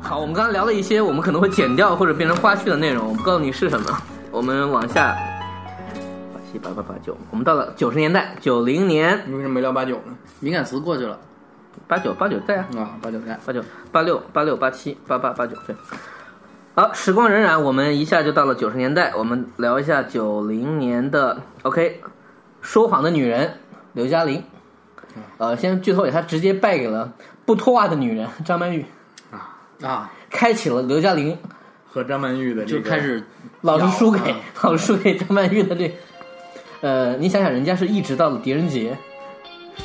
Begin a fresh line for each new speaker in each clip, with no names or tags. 好，我们刚刚聊了一些我们可能会剪掉或者变成花絮的内容，我不告诉你是什么。我们往下，八七八八八九，我们到了九十年代，九零年，
你为什么没聊八九呢？敏感词过去了
八九八九代啊，
啊，八九代。
八九八六八六八七八八八九，对。好，时光荏苒，我们一下就到了九十年代，我们聊一下九零年的 OK，《说谎的女人》刘嘉玲，
嗯
呃，先剧透一下，她直接败给了不脱袜的女人张曼玉，
啊，
开启了刘嘉玲
和张曼玉的这
就
个
开始
老是输给、
有啊
老是输给张曼玉的这，呃，你想想，人家是一直到了狄仁杰，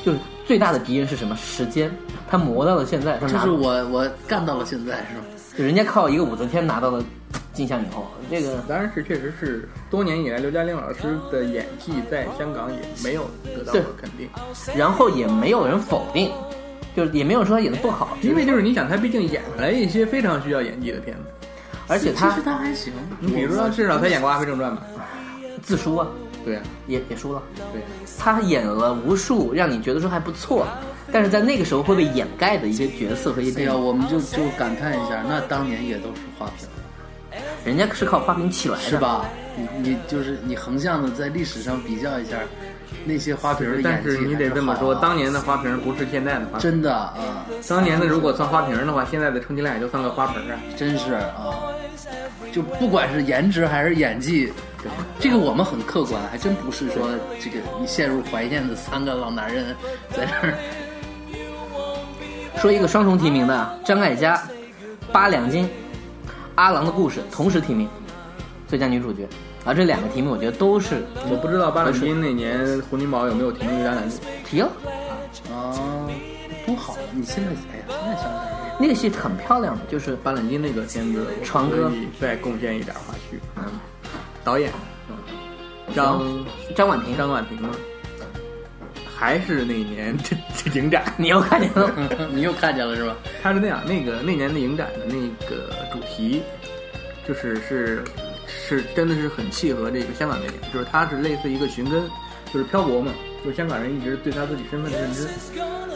就是最大的敌人是什么？时间，他磨到了现在，他
就
拿
是我我干到了现在是吗？
就人家靠一个武则天拿到了金像影后，这个
当然是确实是多年以来刘嘉玲老师的演技在香港也没有得到
对
过肯定，
然后也没有人否定，就是也没有说他演的不好，
因为就是你想，她毕竟演了一些非常需要演技的片子，
而且
其
他
实他还行，
你比如说至少她演过《阿飞正传》吧，
自输啊，
对呀、
也也输了，
对啊呀、
他演了无数让你觉得说还不错，但是在那个时候会被掩盖的一些角色和一些
哎
电
呀，
影，
我们就就感叹一下，那当年也都是花瓶，
人家是靠花瓶起来的，
是？吧？你你就是你横向的在历史上比较一下，那些花瓶的演技还
但
是
是
好啊，
你得这么说，当年的花瓶不是现在的花瓶，
真的啊，
当年的如果算花瓶的话，现在的充其量也就算个花盆啊。
真是啊，就不管是颜值还是演技，这个我们很客观，还真不是说这个你陷入怀念的三个老男人在这儿。
说一个双重提名的，啊张艾嘉、八两金、阿郎的故事同时提名最佳女主角，而这两个提名我觉得都是
我不知道八两金嗯那年洪金宝有没有提名最佳男主，
提了，
啊，多好啊！你现在，哎呀，现在想想，
那个戏很漂亮的，就是
八两金那个片子，
床哥
可以再贡献一点花絮。
嗯
导演张
张婉婷，
张婉婷吗？还是那一年 这这影展，
你又看见了。
你又看见了是吧？
他是那样，那个那年的影展的那个主题，就是是是真的是很契合这个香港电影，就是它是类似一个寻根，就是漂泊嘛，就是香港人一直对他自己身份的认知。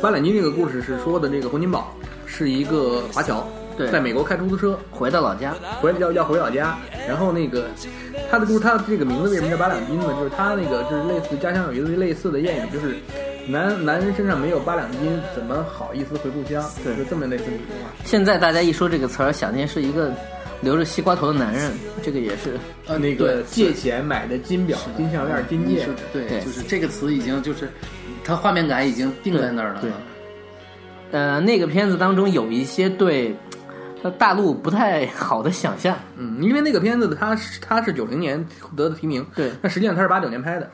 巴兰尼这个故事是说的这个洪金宝是一个华侨，
对
在美国开出租车，
回到老家，
回要要回老家，然后那个他的故事，他这个名字为什么叫八两金呢？就是他那个就是类似家乡有一个类似的谚语，就是男男人身上没有八两金，怎么好意思回故乡？
对
就这么类似的一句话。
现在大家一说这个词儿，想念是一个留着西瓜头的男人，这个也是
呃，
那个借钱买的金表、金项链、金
你
戒
说，对，
对
嗯就是这个词已经就是，它画面感已经定在那儿了
对。呃，那个片子当中有一些对呃大陆不太好的想象，
嗯，因为那个片子它是它是九零年得的提名，
对
但实际上它是八九年拍的，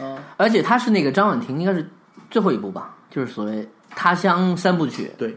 啊，
而且他是那个张婉婷应该是最后一部吧，就是所谓他乡三部曲，
对，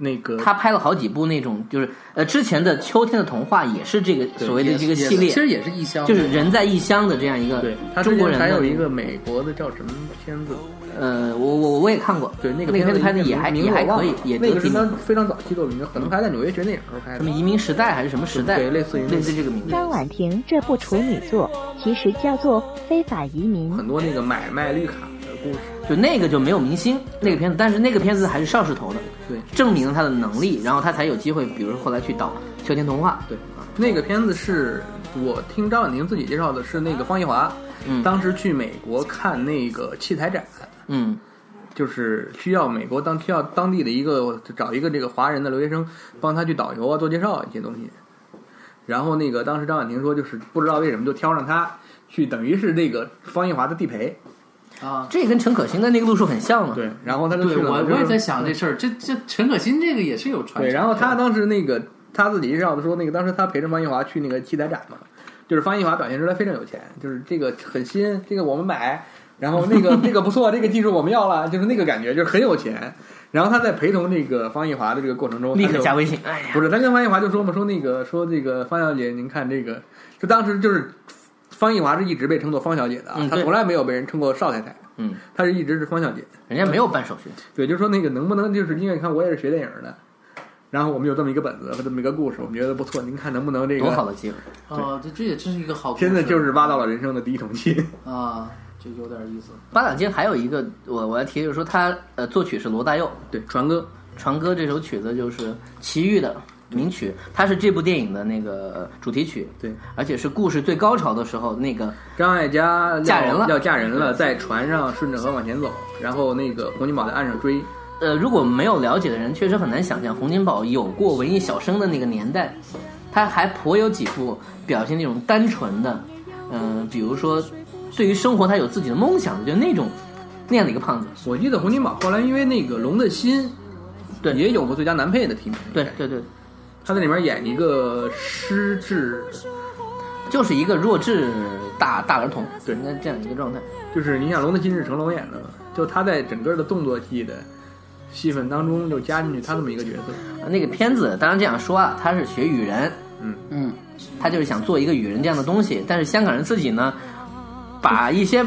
那个
他拍了好几部那种就是呃之前的秋天的童话也是这个所谓的这个系
也
列
其，实也是异乡，
就是人在异乡的这样一个
对，他之
中国
前
人
还
的
有一个美国的叫什么片子？
呃，我我我也看过，
对，那个
个片
子
子拍的也
名
还
名
也还
我忘
可以
了，
也
那
得
个是
提
他
名。
非常早期作品，可能还在纽约学电影时候拍
什
的
么。移民时代还是什么时代？
对类似于那
类似这个名字。
张婉婷这部处女作其实叫做《非法移民》。
很多那个买卖绿卡的故事。
就那个就没有明星那个片子，但是那个片子还是邵氏投的，
对
证明了他的能力，然后他才有机会，比如说后来去导《秋天童话
对，啊那个片子是我听张婉婷自己介绍的，是那个方逸华，
嗯
当时去美国看那个器材展，》，
嗯，
就是需要美国当需要当地的一个找一个这个华人的留学生帮他去导游啊、做介绍啊一些东西。然后那个当时张婉婷说，就是不知道为什么就挑上他去，等于是那个方逸华的地陪。
啊。
这跟陈可辛的那个路数很像嘛。，
对，然后他就
对，
去了。
我
就是
我也在想这事儿，这这陈可辛这个也是有传
对，
承。
然后他当时那个他自己介绍的说，那个当时他陪着方逸华去那个器材展嘛，就是方逸华表现出来非常有钱，就是这个很新，这个我们买，然 后那个这个不错，这个技术我们要了，就是那个感觉，就是很有钱。然后他在陪同这个方逸华的这个过程中，
立
他
刻
就
加微信。哎呀，
不是，他跟方逸华就说嘛，说那个说这个方小姐，您看这个，就当时就是方逸华是一直被称作方小姐的啊，
嗯
她
对
从来没有被人称过少太太，
嗯，
她是一直是方小姐。
人家没有办手续，
对，就说那个能不能就是因为你看我也是学电影的，然后我们有这么一个本子和这么一个故事，我们觉得不错，您看能不能这
多好
个
的机会。
啊，这这也真是一个好故事，
真的就是挖到了人生的第一桶 金。
啊，这有点意思。
八两金还有一个我我要提，就是说他呃作曲是罗大佑，
对，传哥，
船歌》这首曲子就是齐豫的名曲，它是这部电影的那个主题曲，
对，
而且是故事最高潮的时候那个
张艾嘉要
嫁人了
要嫁人了，在船上顺着河往前走，然后那个洪金宝在岸上追，
呃，如果没有了解的人，确实很难想象洪金宝有过文艺小生的那个年代，他还颇有几部表现那种单纯的，嗯、比如说对于生活他有自己的梦想的，就那种那样的一个胖子。
我记得洪金宝后来因为那个《龙的心》，
对
也有过最佳男配的提名。
对对对，
他在里面演一个失智，
就是一个弱智大大儿童，
对
应该这样一个状态。
就是你想《龙的心》是成龙演的嘛，就他在整个的动作戏的戏份当中就加进去他这么一个角色。
呃那个片子当然这样说啊，他是学雨人，
嗯
嗯，他就是想做一个雨人这样的东西，但是香港人自己呢，把一些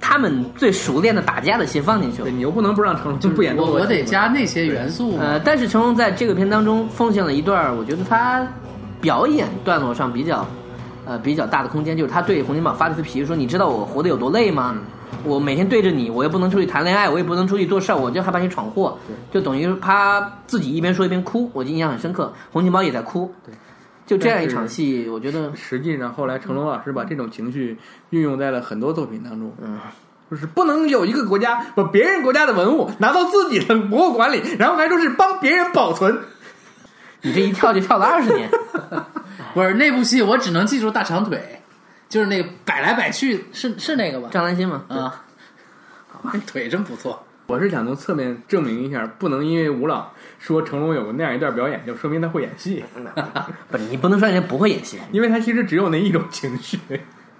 他们最熟练的打架的戏放进去了
对。你又不能不让成龙就不演
我
动作
我
戏
得加那些元素嘛。
呃，但是成龙在这个片当中奉献了一段儿，我觉得他表演段落上比较，呃，比较大的空间，就是他对洪金宝发了一次脾，说：“你知道我活得有多累吗？我每天对着你，我也不能出去谈恋爱，我也不能出去做事儿，我就害怕你闯祸。”就等于他自己一边说一边哭，我就印象很深刻。洪金宝也在哭，
对，
就这样一
但是
场戏，我觉得
实际上，后来成龙老师把这种情绪运用在了很多作品当中。
嗯，
就是不能有一个国家把别人国家的文物拿到自己的博物馆里，然后还说是帮别人保存。
你这一跳就跳了二十 年。
不是那部戏，我只能记住大长腿，就是那个摆来摆去，是是那个吧？
张兰心
嗯
嘛，
啊， 好吧腿真不错。
我是想从侧面证明一下，不能因为吴朗说成龙有那样一段表演，就说明他会演戏，
不是你不能说人家不会演戏，
因为他其实只有那一种情绪。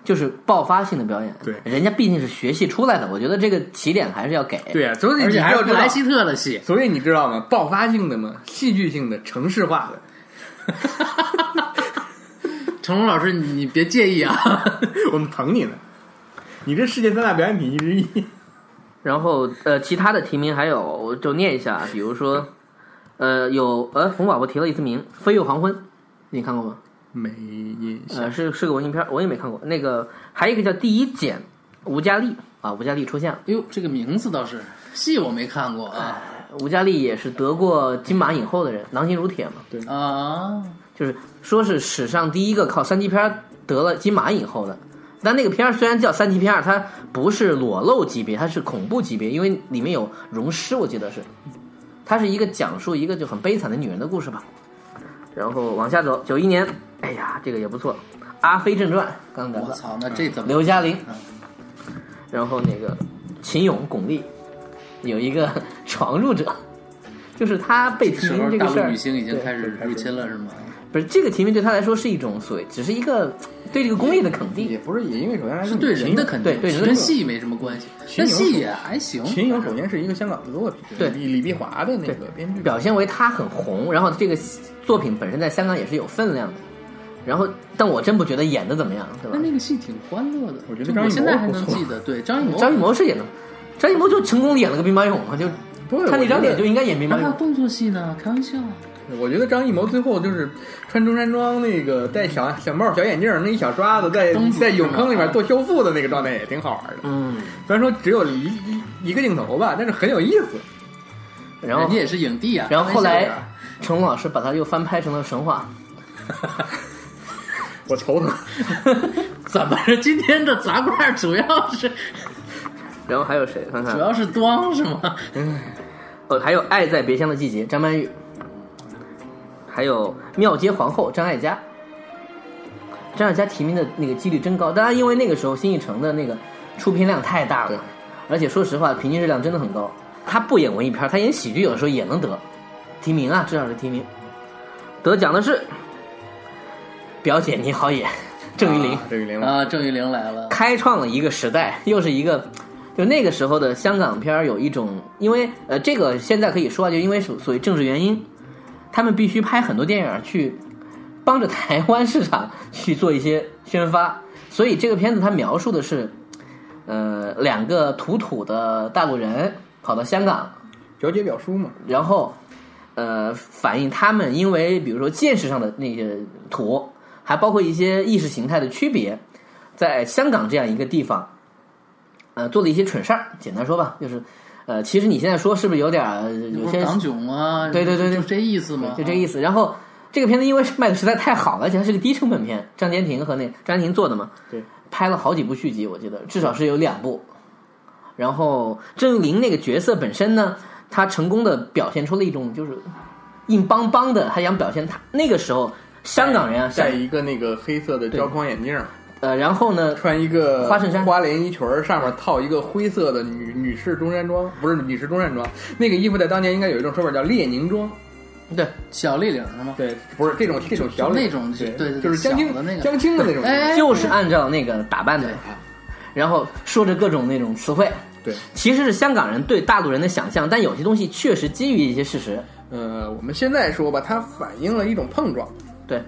就是爆发性的表演。
对
人家毕竟是学戏出来的，我觉得这个起点还是要给。
对呀、啊所以
而
你
且
知
还
道
是布莱希特的戏，
所以你知道吗？爆发性的嘛，戏剧性的，城市化的。
成龙老师，你你别介意啊。
我们捧你呢，你这世界三大表演体系之一。
然后呃，其他的提名还有，我就念一下，比如说，呃，有呃，冯宝宝提了一次名，《飞越黄昏》，你看过吗？
没印象。
呃，是是个文艺片儿，我也没看过。那个还有一个叫《第一剪》，吴佳丽啊，吴佳丽出现了。
哎呦，这个名字倒是戏我没看过啊
吴佳丽也是得过金马影后的人，狼心如铁嘛，
啊！
就是说是史上第一个靠三级片儿得了金马影后的。但那个片儿虽然叫三级片儿，它不是裸露级别，它是恐怖级别，因为里面有溶尸，我记得是。它是一个讲述一个就很悲惨的女人的故事吧。然后往下走，九一年，哎呀，这个也不错，《阿飞正传》刚得
我
了，
操，那这怎么？
刘嘉玲
嗯，
然后那个秦勇、巩俐，有一个 闯入者，就是他被提
时
名
候
嗯这
大
个事
陆
儿
女，星已经
对嗯
开始入侵了是吗？
不是这个提名对他来说是一种所谓，只是一个对这个工业的肯定。
也不是，也因为首先来说
是对人的肯定，
对对人的
跟戏没什么关系，
秦勇
但戏也还行。
秦勇首先是一个香港的作品，
对
李李碧华的那个编剧，
表现为他很红，然后这个作品本身在香港也是有分量的。然后，但我真不觉得演的怎么样，对吧
但？那个戏挺欢乐的，
我觉得
就
张艺谋
我现在还
不
能
错
记得，对张艺谋，
张艺谋是演的，张艺谋就成功演了个兵马俑嘛，就
不是
他那张脸就应该演啊兵马
还有
俑。
动作戏呢，开玩笑。
我觉得张艺谋最后就是穿中山装，那个戴小小帽、小眼镜，那一小刷子，在
蹬子
在泳坑里面做修复的那个状态也挺好玩的。
嗯，
虽然说只有一一一个镜头吧，但是很有意思。
然后
人家也是影帝啊，
然后后
开玩笑
来
的
成龙老师把他又翻拍成了神话，
我头疼，
怎么着？今天的杂块儿主要是
嗯然后还有谁？看看
主，要是装是吗？
哦，还有《爱在别乡的季节》张曼玉，还有《庙街皇后》张艾嘉。张艾嘉提名的那个几率真高，当然因为那个时候新艺城的那个出片量太大了，而且说实话平均质量真的很高。他不演文艺片儿，他演喜剧有的时候也能得提名啊，至少是提名。得奖的是《表姐你好演》， 郑裕玲。
这个玲珑，
啊，郑裕玲来了，
开创了一个时代，又是一个，就那个时候的香港片儿有一种，因为呃，这个现在可以说啊，就因为所所谓政治原因，他们必须拍很多电影儿去帮着台湾市场去做一些宣发，所以这个片子它描述的是，呃，两个土土的大陆人跑到香港，
表姐表叔嘛，
然后呃，反映他们因为比如说见识上的那些土，还包括一些意识形态的区别，在香港这样一个地方，呃，做了一些蠢事儿。简单说吧，就是呃，其实你现在说是不是有点儿呃有
不
些
是港囧啊，
对对对对
就这意思嘛，
就这意思。然后这个片子因为是卖的实在太好了，而且它是个低成本片，张坚庭和那张坚庭做的嘛，
对，
拍了好几部续集，我记得至少是有两部。然后郑裕玲那个角色本身呢，她成功的表现出了一种就是硬邦邦的，她想表现她那个时候香港人啊，
戴
像
一个那个黑色的胶框眼镜儿，
呃，然后呢，
穿一个
花衬衫
花连衣裙儿，上面套一个灰色的女女士中山装，不是女士中山装，那个衣服在当年应该有一种说法叫列宁装，
对，
小立领是吗？
对，不是这种这种小领
那种
对
对对
就是江青
小的那个
江青的那种，
哎
就是按照那个打扮的，然后说着各种那种词汇。
对，
其实是香港人对大陆人的想象，但有些东西确实基于一些事实。
呃，我们现在说吧，它反映了一种碰撞，
对，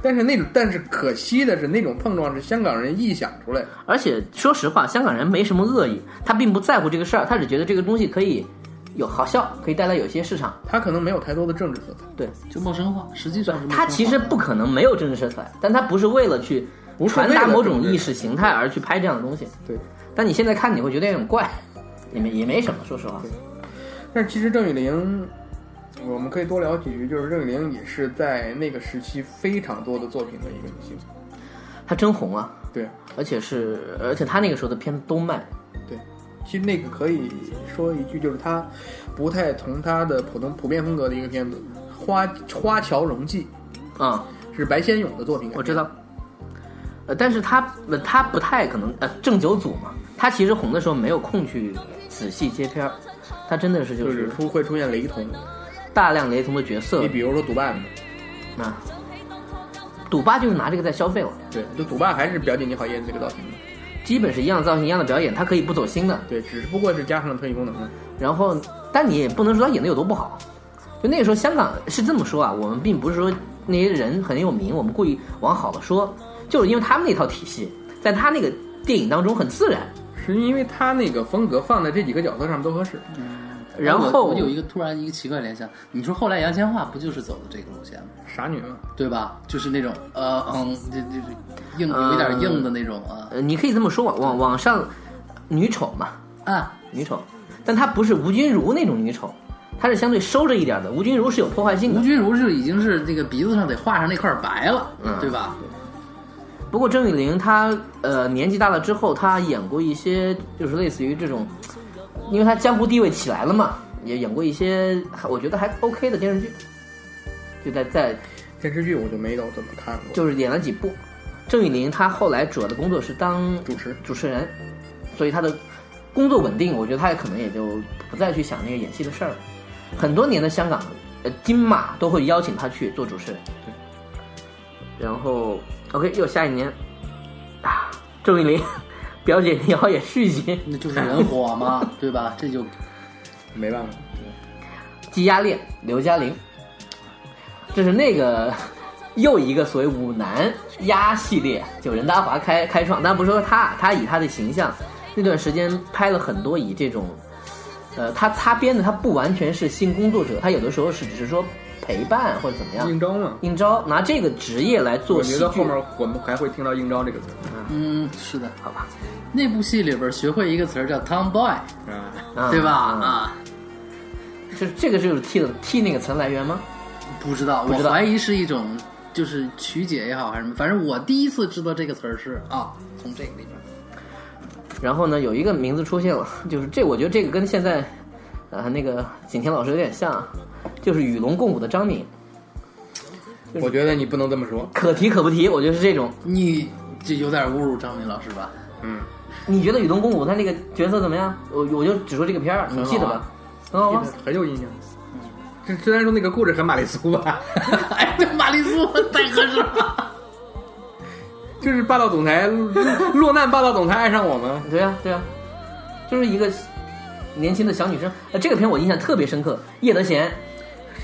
但是那种但是可惜的是，那种碰撞是香港人臆想出来的，
而且说实话，香港人没什么恶意，他并不在乎这个事儿，他只觉得这个东西可以有好笑，可以带来有些市场。
它可能没有太多的政治色彩，
对
就陌生化，实际上是陌生化
他其实不可能没有政治色彩，但他不是为了去
不是
传达
为了
某种
政治
意识形态而去拍这样的东西。
对。
但你现在看，你会觉得有点怪，也没也没什么，说实话。
但是其实郑雨玲，我们可以多聊几句，就是郑雨玲也是在那个时期非常多的作品的一个女性，
他真红啊，
对。
而且是而且他那个时候的片子都卖，
其实那个可以说一句，就是它不太同它的普通普遍风格的一个片子，《花花桥荣记
啊、》
是白先勇的作品改编
我知道。呃，但是他呃他不太可能呃正九组嘛，他其实红的时候没有空去仔细接片儿，他真的是就
就是是出会出现雷同。
大量雷同的角色
你比如说赌霸里面，
啊。赌吧就是拿这个在消费了，
对，就赌霸还是表姐你好叶子这个造型嘛，
基本是一样的造型、一样的表演，他可以不走心的。
对，只不过是加上了特异功能嘛。
然后，但你也不能说他演的有多不好。就那个时候，香港是这么说啊，我们并不是说那些人很有名，我们故意往好了说，就是因为他们那套体系，在他那个电影当中很自然。
是因为他那个风格放在这几个角色上都合适，
然
我
后
我有一个突然一个奇怪联想，你说后来杨千嬅不就是走的这个路线吗？
傻女嘛，
对吧？就是那种呃嗯，这这这硬有一点硬的那种啊
呃，你可以这么说，往往往上女丑嘛，
啊，
女丑，但她不是吴君如那种女丑，她是相对收着一点的。吴君如是有破坏性
吴
的，
君如是已经是这个鼻子上得画上那块白了，
嗯
对吧？
不过郑雨玲她呃年纪大了之后，她演过一些就是类似于这种，因为她江湖地位起来了嘛，也演过一些还我觉得还 OK 的电视剧，就在在
电视剧我就没有怎么看过。
就是演了几部。郑雨玲她后来主要的工作是当
主持
主持人，所以他的工作稳定，我觉得他也可能也就不再去想那个演戏的事儿了。很多年的香港呃金马都会邀请他去做主持人。然后 OK，又下一年啊，郑裕玲 表姐你好演续集
那就是人火 嘛，对吧？这就
没办法，
《鸡鸭恋》，刘嘉玲，这是那个。 又一个所谓舞男鸭系列，就任达华开开创，但不是说他，他以他的形象，那段时间拍了很多以这种呃，他擦边的，他不完全是性工作者，他有的时候是只是说陪伴或者怎么样
应，招嘛。
应招拿这个职业来做
我
喜
觉
剧
得，后面我们还会听到“应招”这个词
嗯，是的。
好吧，
那部戏里边学会一个词儿叫 “tomboy”，
啊，
嗯
对吧？？
嗯
啊，
这这个就是 T 的 T 那个词来源吗？
不知道，
不知道
我怀疑是一种就是曲解也好还是什么，反正我第一次知道这个词儿是啊，从这个地方。
然后呢，有一个名字出现了， 就是这，我觉得这个跟现在呃那个景甜老师有点像，啊就是与龙共舞的张敏，
我觉得你不能这么说。
可提可不提，我觉得是这种。
你这有点侮辱张明老师吧？
嗯，
你觉得与龙共舞他那个角色怎么样？我我就只说这个片儿，你记得吧？很
哦
好吗？
很有印象。这虽然说那个故事很马丽苏吧，
哎，对，玛丽苏太合适了。
就是霸道总裁落难霸道总裁爱上我们，
对呀、啊对呀、就是一个年轻的小女生。呃，这个片我印象特别深刻，叶德娴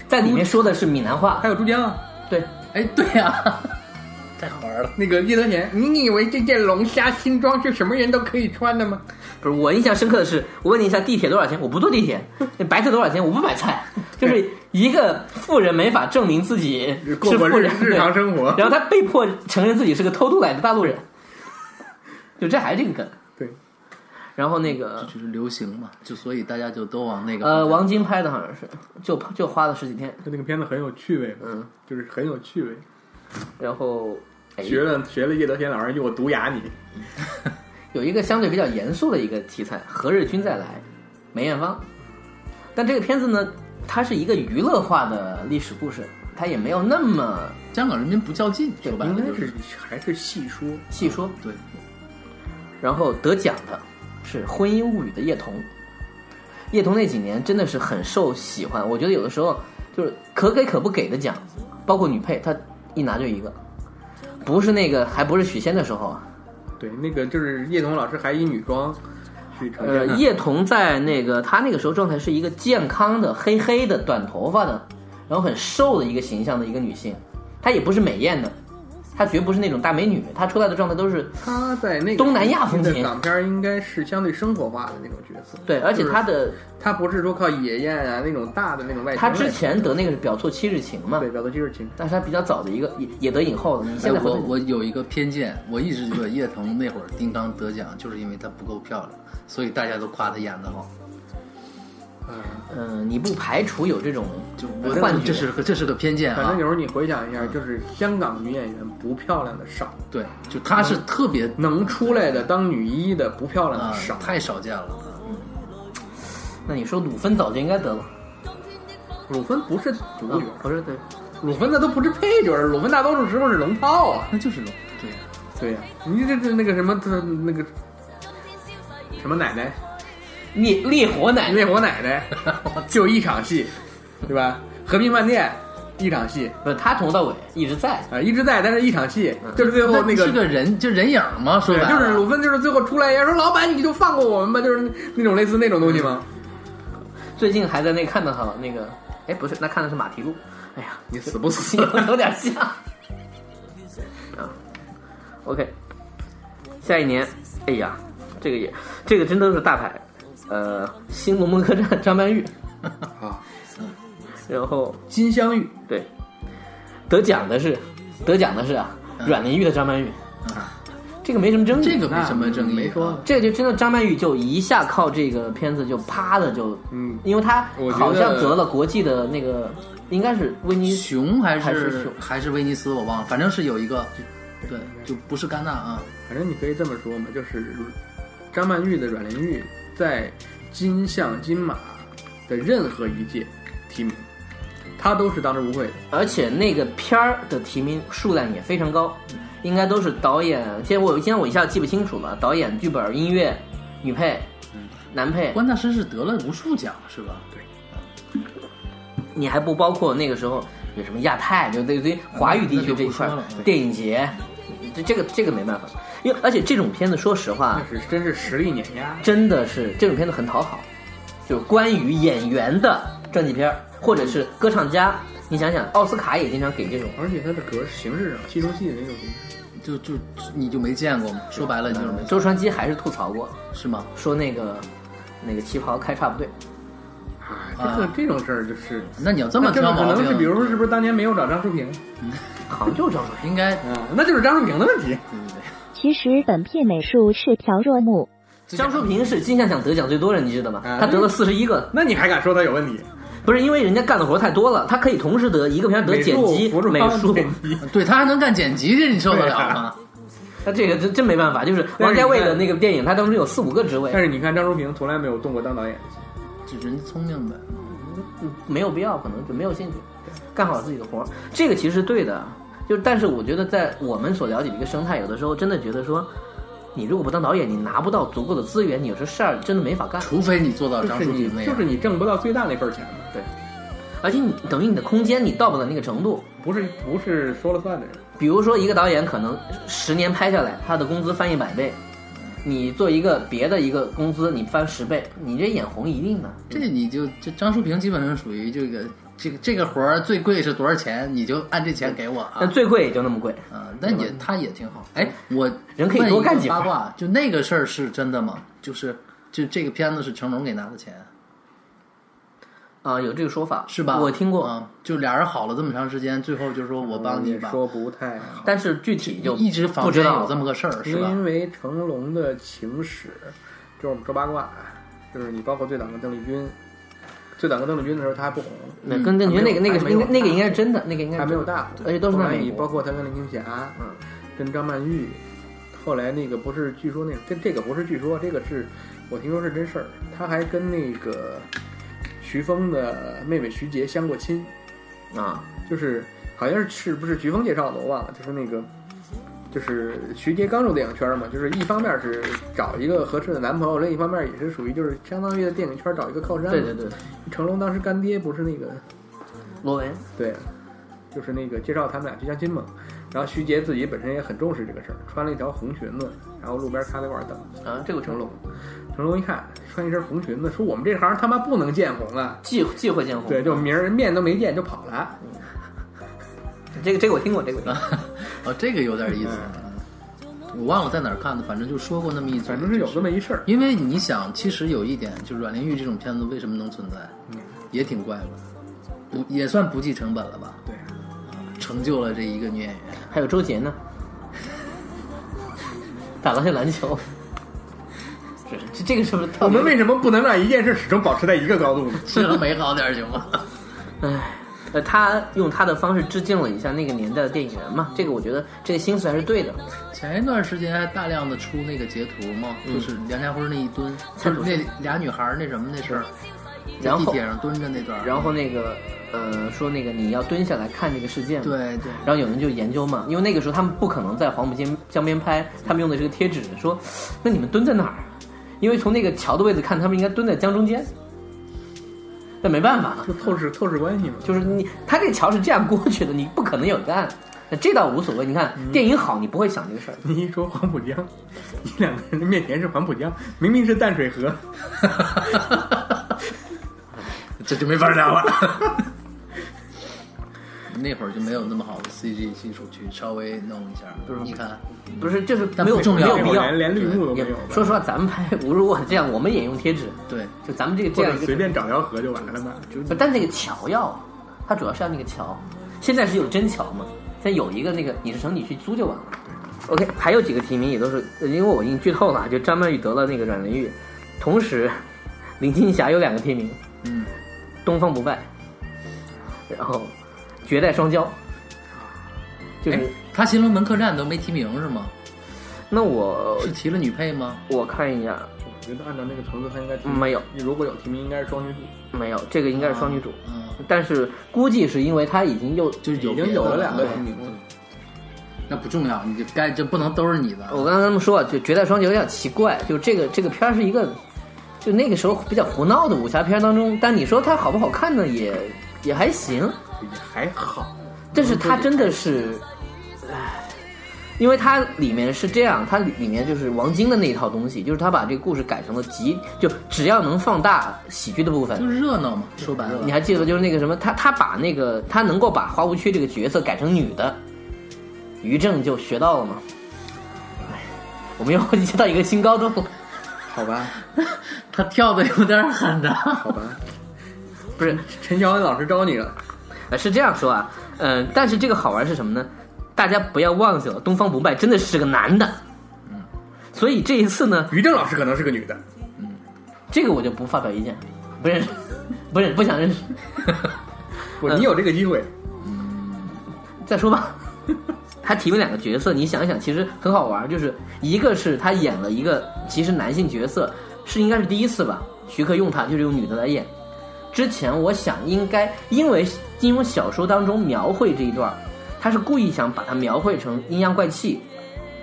在里面说的是闽南话
还，有朱江啊，
对，
哎，对呀、太好玩了。
那个叶德娴，你以为这件龙虾新装是什么人都可以穿的吗？
不是我印象深刻的是，我问你一下地铁多少钱？我不坐地 铁。那白菜多少钱？我不买菜。就是一个富人没法证明自己是
过
富
过日
人，
日常生活
对。然后他被迫承认自己是个偷渡来的大陆人，就这还是这个梗。
对，
然后那个
就是流行嘛，就所以大家就都往那个
呃，王晶拍的好像是，就就花了十几天，
就那个片子很有趣味，
嗯，
就是很有趣味。
然后、哎、
学了学了叶德娴老师，我毒哑你。
有一个相对比较严肃的一个题材，《何日君再来》，梅艳芳。但这个片子呢，它是一个娱乐化的历史故事，它也没有那么
香港人民不较劲，说白了
应该
就是
还是细说，
细说。
对，
然后得奖的是《婚姻物语》的叶童。叶童那几年真的是很受喜欢，我觉得有的时候就是可给可不给的奖，包括女配，她一拿就一个，不是那个还不是许仙的时候啊。
对，那个就是叶童老师还以女装去呈
呃
现，
嗯
的，
叶童在那个她那个时候状态是一个健康的、黑黑的、短头发的，然后很瘦的一个形象的一个女性，她也不是美艳的，她绝不是那种大美女，她出来的状态都是
她在那个
东南亚风情
那个港片儿应该是相对生活化的那种角色，
对，而且她的
她不是说靠野艳啊那种大的那种外形
她
来。
之前得那个是表错七日情嘛，
对表达就是情，
但是她比较早的一个也也得影后了。你现在
哎
回
我
头
我有一个偏见，我一直觉得叶童那会儿丁刚得奖，就是因为她不够漂亮，所以大家都夸她演的好。
嗯，
嗯、你不排除有这种
就
我
我
幻觉
这是个这是个偏见
嗯反
啊
正有。时候你回想
嗯
一下，就是香港女演员不漂亮的少，
对，就她是特别
能出来的当女一的不漂亮
啊
的少，，
太少见了。
那你说鲁芬早就应该得了，嗯啊
鲁芬不是主角，
不是对，
鲁芬那都不是配角，鲁芬大多数时候是龙套啊。
那就是龙，对呀、
对呀、你这这那个什么，这那个什么奶奶，
烈烈火奶
灭火奶奶，就一场戏，对吧？和平饭店一场戏
不是她从头到尾一直在，
啊、一直在，但是一场戏，就是最后
那
那个
是。个人，就人影嘛，说
对
白，了
就是鲁芬，就是最后出来也说：“老板，你就放过我们吧。”就是那种类似那种东西吗？
最近还在那看到她了，那个哎不是，那看的是马蹄路，哎呀。
你死不死？
有点像。啊，OK，下一年，哎呀，这个也，这个真都是大牌，呃，新龙门客栈张曼玉，
啊，
然后
金镶玉，
对，得奖的是，得奖的是啊，
嗯
阮玲玉的张曼玉，
啊，
这个没什么争议，
这个没什么争议。啊
没说
这就真的张曼玉就一下靠这个片子就啪的就，
嗯
因为她
我觉得
好像得了国际的那个，应该是威尼斯
熊还
还是
是
熊
还是威尼斯，我忘了，反正是有一个，对，就不是戛纳啊。
反正你可以这么说嘛，就是张曼玉的阮玲玉在金像金马的任何一届提名，她都是当之无愧的。
而且那个片儿的提名数量也非常高，应该都是导演。现在我现在我一下记不清楚了，导演、剧本、音乐、女配、男配，
关大师是得了无数奖是吧？对，
你还不包括那个时候有什么亚太，就对对华语地区这一块
嗯那就不说了
电影节，这这个这个没办法，因为而且这种片子说实话
那，是真是实力碾压。
真的是这种片子很讨好，就关于演员的传记片儿或者是歌唱家，你想想奥斯卡也经常给这种。
而且它的格形式上，戏中戏的那种形式，
就就你就没见过吗？说白了你就是没
周传基还是吐槽过，
嗯
是吗？
说那个那个旗袍开叉不对，
啊，这个这种事儿就是，
那你要这
那
么
就是
挑
可
毛
能是，比
病，
如说是不是当年没有找张淑平
好像就是张楚平。
应该
啊？那就是张淑平的问题。
对对对，
其实本片美术是条弱木，
张淑平是金像奖得奖最多人，你知道吗？
啊
他得了四十一个，
那你还敢说他有问题？
不是因为人家干的活太多了，他可以同时得一个片儿得剪辑、
服装
美术，
剪辑
对他还能干剪辑，这你受得了
对啊
吗？
他 这个真真没办法。就是王家卫的那个电影，他当时有四五个职位
但，是你看张淑平从来没有动过当导演的心，
就人家聪明呗，
嗯没有必要，可能就没有兴趣，干好自己的活儿，这个其实是对的。就但是我觉得在我们所了解的一个生态，有的时候真的觉得说，你如果不当导演，你拿不到足够的资源，你有时候事儿真的没法干。
除非你做到
就
张
是
淑
你
平那
就是
样。
你挣不到最大那份儿钱嘛。
而且你等于你的空间你到不了那个程度。
不是不是说了算的人，
比如说一个导演可能十年拍下来，他的工资翻一百倍，你做一个别的一个工资你翻十倍，你这眼红一定的。
这你就这张淑平基本上属于这个这个这个活儿最贵是多少钱，你就按这钱给我啊
但。最贵也就那么贵，
啊，但也他也挺好。哎，我
人可以多干几份
问一个八卦，就那个事儿是真的吗？就是就这个片子是成龙给拿的钱
啊、有这个说法
是吧？
我听过，
啊，就俩人好了这么长时间，最后就说我帮你
也
吧，
嗯说不太好，
但是具体就
一直
不
坊
知
间
道嗯
有这么个事儿是吧？
因为成龙的情史就是我们说八卦，啊就是你包括最早的邓丽君，最早的邓丽君的时候她还不红，
那跟邓丽君那个那个
还没
应
有
该那个应该是真的，那个应该
还
是
没
真
有
的
大红，
而且都是
后
在
来
美
你
国
包括她跟林青霞，
嗯，
跟张曼玉，后来那个不是，据说那这这个不是据说，这个是我听说是真事儿，她还跟那个徐峰的妹妹徐杰相过亲，
啊，
就是好像是是不是徐峰介绍的，我忘了，就是那个。就是徐杰刚入电影圈嘛，就是一方面是找一个合适的男朋友，另一方面也是属于就是相当于在电影圈找一个靠山嘛。
对对对，
成龙当时干爹不是那个
罗文，
对，啊就是那个介绍他们俩去相亲嘛。然后徐杰自己本身也很重视这个事儿，穿了一条红裙子，然后路边咖啡馆等
啊，这个
成龙。成龙一看穿一身红裙子，说我们这行他妈不能见红啊！
忌忌讳啊见红，
对，就名儿面都没见就跑了。
这个这个我听过，这个我听过。
哦，这个有点意思。
嗯
嗯我忘了在哪儿看的，反正就说过那么一嘴，
反正是有这么一事儿。
因为你想，其实有一点，就是阮玲玉这种片子为什么能存在，
嗯
也挺怪的，不也算不计成本了吧？
对，啊
成就了这一个女演员。
还有周杰呢， 打了些篮球。这这这个是不是特别
我们为什么不能让一件事始终保持在一个高度呢？
是能美好点儿行吗？
唉，呃，他用他的方式致敬了一下那个年代的电影人嘛，这个我觉得这个心思还是对的。
前一段时间还大量的出那个截图嘛，就是梁家辉那一蹲，就是那俩女孩儿那什么那事儿，在
然
地
后
铁上蹲着那段儿，
然后那个呃说那个你要蹲下来看这个世界嘛，
对对，
然后有人就研究嘛，因为那个时候他们不可能在黄浦江江边拍，他们用的是个贴纸，说那你们蹲在哪儿？啊因为从那个桥的位置看，他们应该蹲在江中间。但没办法，
就透视透视关系嘛。
就是你他这桥是这样过去的，你不可能有干。那这倒无所谓，你看、电影好，你不会想这个事儿。
你一说黄浦江，你两个人的面前是黄浦江，明明是淡水河，
这就没法聊了。 那会儿就没有那么好的 CG 技术去稍微弄一下，你看，
不是，就是
但
没有
不重要
没有必要
连。连绿幕都没有吧。
说实话，咱们拍如果这样，我们也用贴纸，
对，
就咱们这个这
或
样
者
一
随
个，
便找条河就完了嘛。
不但那个桥要，啊它主要是要那个桥。现在是有真桥嘛？现在有一个那个影视城，你去租就完了。OK，还有几个提名也都是，呃因为我已经剧透了，就张曼玉得了那个阮玲玉，同时林青霞有两个提名，
嗯，
东方不败，然后绝代双骄，就是、
哎他《新龙门客栈》都没提名是吗？
那我
是提了女配吗？
我看一下，
我觉得按照那个层次，他应该提名
没有
如果有提名，应该是双女主。
没有，这个应该是双女主，
嗯，
但是估计是因为她已经又
就是有
已经
别
有
的
了两个
对
提名嗯了，
那不重要，你就该这不能都是你的。
我刚刚他们说啊，就《绝代双骄》有点奇怪，就这个这个片儿是一个，就那个时候比较胡闹的武侠片当中，但你说它好不好看呢，也也还行，
也还好。
但是它真的是，唉，因为它里面是这样，它里里面就是王晶的那一套东西，就是他把这个故事改成了极，就只要能放大喜剧的部
就
分。
是热闹嘛，说白了
你，还记得就是那个什么，他他把那个他能够把花无缺这个角色改成女的，于正就学到了嘛。唉，我们又 接到一个新高度了。
好吧，
他跳的有点狠的。
好 吧，
不是，
陈乔恩老师招你了，
呃是这样说啊，嗯、但是这个好玩是什么呢？大家不要忘记了，东方不败真的是个男的，嗯，所以这一次呢，
于正老师可能是个女的，
这个我就不发表意见，不认识，不认不想认识，
不，
嗯
你有这个机会，
再说吧。 他提了两个角色，你想一想，其实很好玩，就是一个是他演了一个其实男性角色，是应该是第一次吧，徐克用他就是用女的来演。之前我想应该因为金庸小说当中描绘这一段儿，他是故意想把它描绘成阴阳怪气，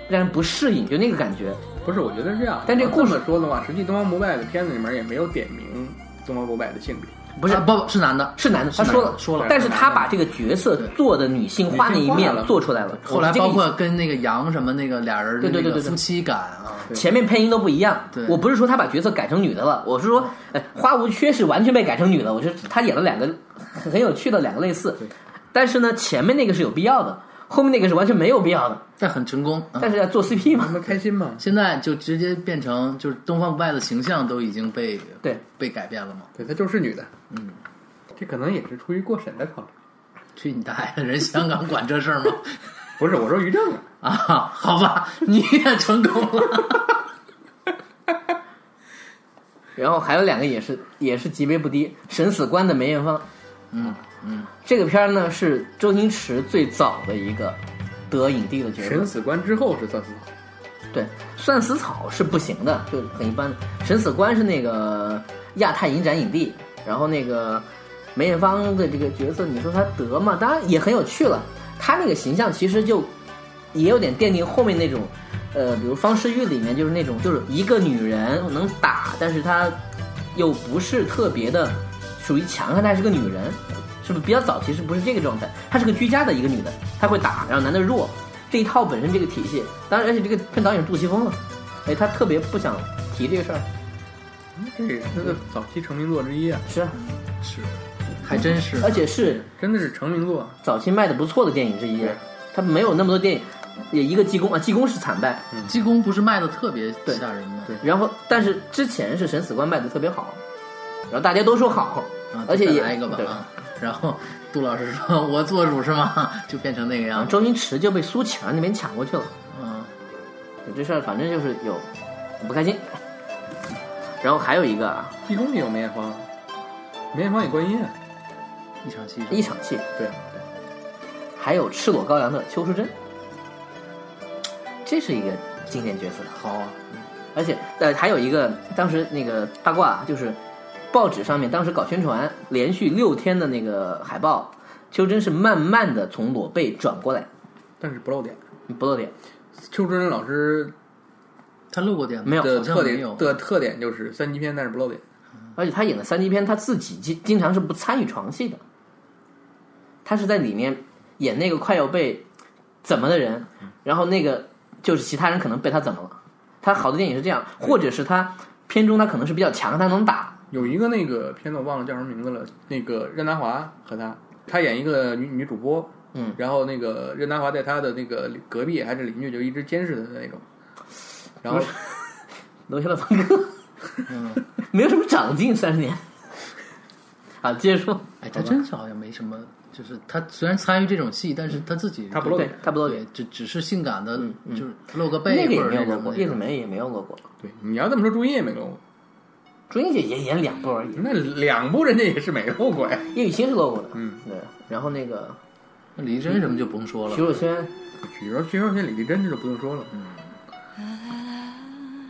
让人不适应，就那个感觉。
不是？我觉得是这样。
但这故
故
事
事说的话，实际《东方不败》的片子里面也没有点名东方不败的性别，
不是
啊不是男的，
是男的，他
是
说
男
了
的说了
但是他把这个角色做的女性化那一面做出来了。
后来
我这个
包括跟那个杨什么那个俩人的
对对
那
对
个
对对嗯
夫妻感啊，
前面配音都不一样
对。
我不是说他把角色改成女的了，我是说，哎，花无缺是完全被改成女的。我是他演了两个很很有趣的两个类似，但是呢，前面那个是有必要的，后面那个是完全没有必要的。
但很成功。嗯
但是要做 CP
他
嘛，
们开心吗？
现在就直接变成就是东方不败的形象都已经被
对，
被改变了嘛？
对，她就是女的，嗯，这可能也是出于过审的考虑。
去你大爷的，人香港管这事儿吗？
不是，我说于正啊，
啊，好吧，你也成功了。
然后还有两个也是也是级别不低，《审死官》的梅艳芳。
嗯嗯，
这个片儿呢是周星驰最早的一个得影帝的角色
审。死官之后是算死草，
对，算死草是不行的，就很一般的。审死官是那个亚太影展影帝，然后那个梅艳芳的这个角色，你说她得嘛？当然也很有趣了。她那个形象其实就也有点奠定后面那种，呃，比如《方世玉》里面就是那种，就是一个女人能打，但是她又不是特别的属于强悍，她还是个女人，是不是比较早期是不是这个状态？她是个居家的一个女的，她会打，然后男的弱，这一套本身这个体系，当然而且这个片导演是杜琪峰了，哎，他特别不想提这个事儿，
这也是他的早期成名作之一啊，
是啊，
是，还真是
而且是
真的是成名作啊。
早期卖的不错的电影之一
对，
他没有那么多电影，也一个济公啊，济公是惨败，
呃济公不是卖的特别
对
吓人吗？
对
然后但是之前是神死官卖的特别好，然后大家都说好，
啊，
而且
再
也
来一个吧
对
啊。然后杜老师说：“我做主是吗？”就变成那个
然
样
后啊
子。
周星驰就被苏乞儿那边抢过去了。
嗯，
这事儿反正就是有不开心。然后还有一个啊，
济公里有梅艳芳，梅艳芳也观音啊，
一场戏是吧
一场戏，
对，
还有赤裸羔羊的邱淑贞，这是一个经典角色。
好啊，
而且呃，还有一个当时那个八卦啊就是报纸上面当时搞宣传，连续六天的那个海报，邱贞是慢慢的从裸背转过来，
但是不露点。
不露脸，
邱淑贞老师
他露过点吗
没有
好
的
像
特
没有
点的特点就是三级片，但是不露脸。
而且他演的三级片，他自己经经常是不参与床戏的，他是在里面演那个快要被怎么的人，
嗯
然后那个就是其他人可能被他怎么了。他好的电影是这样，或者是他片中他可能是比较强，他能打，
有一个那个片子我忘了叫什么名字了，那个任达华和他，他演一个女女主播，
嗯，
然后那个任达华在他的那个隔壁还是邻居就一直监视他的那种，然后
留下了房哥，
嗯，
没有什么长进，三十年。啊，接着说，
哎，他真是好像没什么，就是他虽然参与这种戏，但是他自己
他不露
对
脸，
差不多
对，只只是性感的，
嗯
就是露个背
那个也
或者
没有
那
露
种
过，
那
叶子
种
梅也没有露过，
对，你要这么说，朱茵也没露过，
朱茵姐也演两部而已，
那两部人家也是没露过呀。
叶雨欣是露过的，
嗯，
对，然后那个
那李真什么就甭说
徐
了，
若瑄，
比如说徐若瑄、李丽珍，这就不用说了。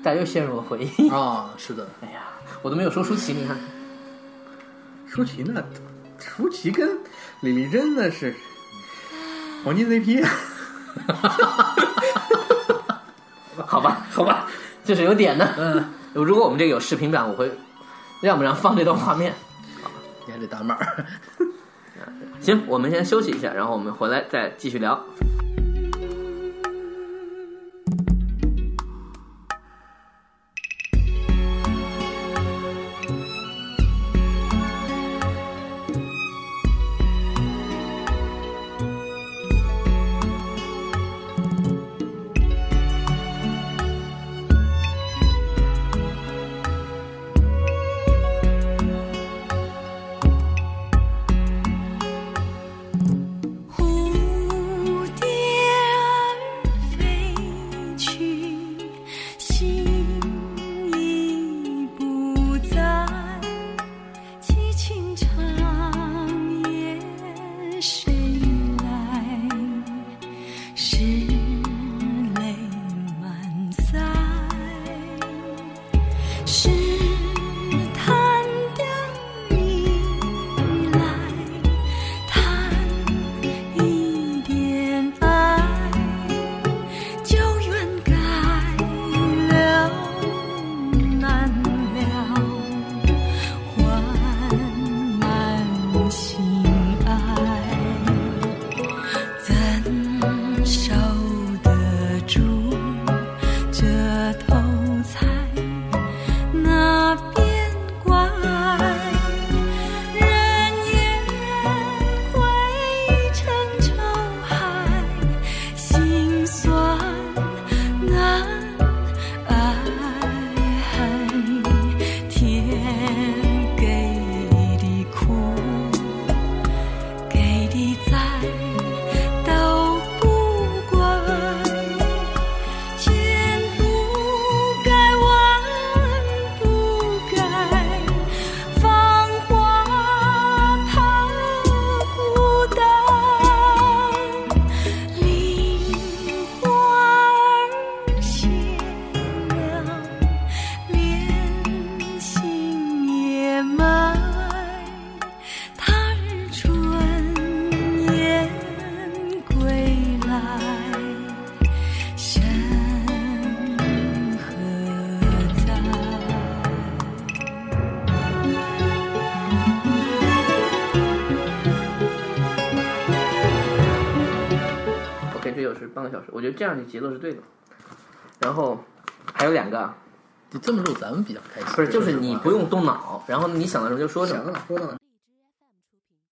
大家又陷入了回忆。
啊，是的，
哎呀，我都没有说舒淇，你 看，
舒淇那，舒淇跟李丽珍那是黄金 CP，
好吧，好吧，就是有点呢。
嗯，
如果我们这个有视频版，我会让不让放这段画面？
你还得打码儿。
行，我们先休息一下，然后我们回来再继续聊。
蝴蝶儿飞去，心已不在。凄情长夜谁来？是泪满腮，试探的你来探。一点爱，就愿该留难了，缓慢心爱，怎受得住这头彩？那
学友是半个小时，我觉得这样的节奏是对的。然后还有两个啊，
你这么录，咱们比较开心。
不是就是你不用动脑，然后你想到什么就说什么
想。到哪说到哪。